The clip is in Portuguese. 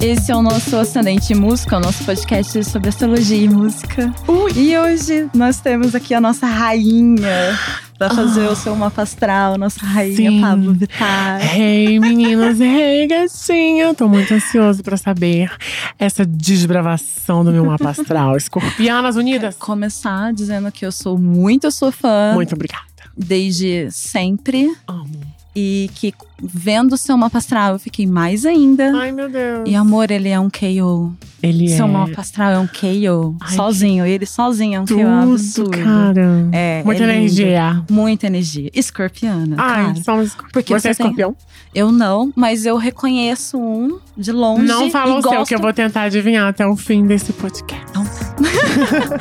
Esse é o nosso Ascendente em Música, o nosso podcast sobre astrologia e música. Ui. E hoje nós temos aqui a nossa rainha pra fazer o seu mapa astral, nossa rainha Ah. Sim. Pablo Vittar. Hey, meninos! hey, gatinho! Tô muito ansioso pra saber essa desbravação do meu mapa astral. Escorpianas Unidas! Começar dizendo que eu sou muito sua fã Muito obrigada. desde sempre Amo. e que vendo o seu mapa astral eu fiquei mais ainda. Ai, meu Deus. E amor, ele é um KO. Ele Ah. é Seu mapa astral é um KO. Ai, sozinho, ele sozinho é um KO tudo, absurdo. cara. É, Muita é lindo. energia. Muita energia. Escorpiana. Ai, cara. somos escorpião. Porque Você é você tem- escorpião? Eu não, mas eu reconheço um de longe. Não fala e o seu, gosto. que eu vou tentar adivinhar até o fim desse podcast. Então